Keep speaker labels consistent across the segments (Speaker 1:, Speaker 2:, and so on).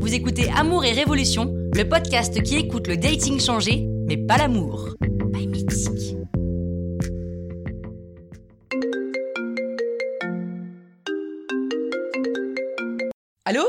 Speaker 1: Vous écoutez Amour et Révolution, le podcast qui écoute le dating changé, mais pas l'amour. By Mythique. Allô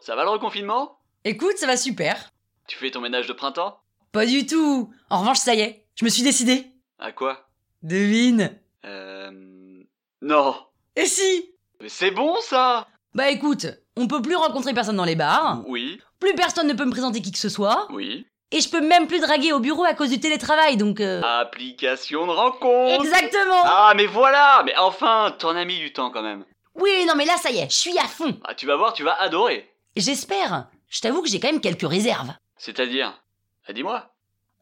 Speaker 2: Ça va le reconfinement
Speaker 1: Écoute, ça va super.
Speaker 2: Tu fais ton ménage de printemps
Speaker 1: Pas du tout. En revanche, ça y est, je me suis décidée.
Speaker 2: À quoi
Speaker 1: Devine.
Speaker 2: Euh... Non
Speaker 1: Et si
Speaker 2: Mais c'est bon ça
Speaker 1: Bah écoute, on peut plus rencontrer personne dans les bars,
Speaker 2: Oui,
Speaker 1: plus personne ne peut me présenter qui que ce soit,
Speaker 2: oui.
Speaker 1: et je peux même plus draguer au bureau à cause du télétravail, donc... euh,
Speaker 2: Application de rencontre
Speaker 1: Exactement
Speaker 2: Ah mais voilà Mais enfin, t'en as mis du temps quand même.
Speaker 1: Oui, non mais là, ça y est, je suis à fond.
Speaker 2: Ah tu vas voir, tu vas adorer.
Speaker 1: J'espère. Je t'avoue que j'ai quand même quelques réserves.
Speaker 2: C'est-à-dire ah, Dis-moi.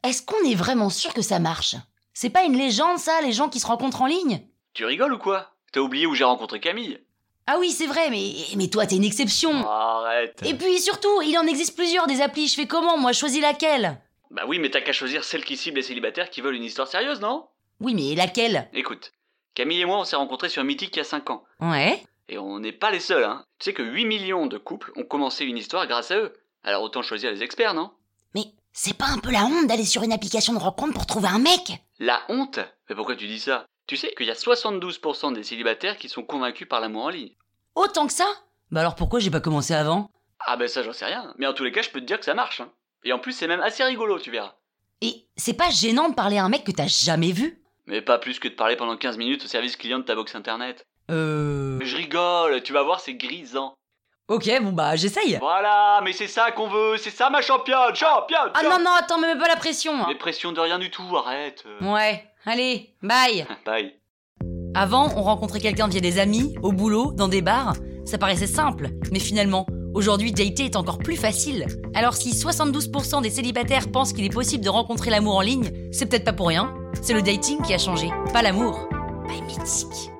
Speaker 1: Est-ce qu'on est vraiment sûr que ça marche C'est pas une légende, ça, les gens qui se rencontrent en ligne
Speaker 2: Tu rigoles ou quoi T'as oublié où j'ai rencontré Camille
Speaker 1: Ah oui, c'est vrai, mais, mais toi, t'es une exception.
Speaker 2: Arrête
Speaker 1: Hmm. Et puis surtout, il en existe plusieurs des applis, je fais comment Moi, je choisis laquelle
Speaker 2: Bah oui, mais t'as qu'à choisir celle qui cible les célibataires qui veulent une histoire sérieuse, non
Speaker 1: Oui, mais laquelle
Speaker 2: Écoute, Camille et moi on s'est rencontrés sur Mythique il y a 5 ans.
Speaker 1: Ouais
Speaker 2: Et on n'est pas les seuls, hein. Tu sais que 8 millions de couples ont commencé une histoire grâce à eux. Alors autant choisir les experts, non
Speaker 1: Mais c'est pas un peu la honte d'aller sur une application de rencontre pour trouver un mec
Speaker 2: La honte Mais pourquoi tu dis ça Tu sais qu'il y a 72% des célibataires qui sont convaincus par l'amour en ligne.
Speaker 1: Autant que ça Bah alors pourquoi j'ai pas commencé avant
Speaker 2: Ah ben ça j'en sais rien, mais en tous les cas je peux te dire que ça marche. hein. Et en plus c'est même assez rigolo, tu verras.
Speaker 1: Et c'est pas gênant de parler à un mec que t'as jamais vu
Speaker 2: Mais pas plus que de parler pendant 15 minutes au service client de ta box internet.
Speaker 1: Euh...
Speaker 2: Mais je rigole, tu vas voir c'est grisant.
Speaker 1: Ok, bon bah j'essaye
Speaker 2: Voilà, mais c'est ça qu'on veut, c'est ça ma championne, championne,
Speaker 1: Ah non, non, attends, me mets pas la pression hein.
Speaker 2: Mais pression de rien du tout, arrête. euh.
Speaker 1: Ouais, allez, bye
Speaker 2: Bye.
Speaker 1: Avant, on rencontrait quelqu'un via des amis, au boulot, dans des bars. Ça paraissait simple, mais finalement, aujourd'hui, dater est encore plus facile. Alors si 72% des célibataires pensent qu'il est possible de rencontrer l'amour en ligne, c'est peut-être pas pour rien. C'est le dating qui a changé, pas l'amour. Bye mythique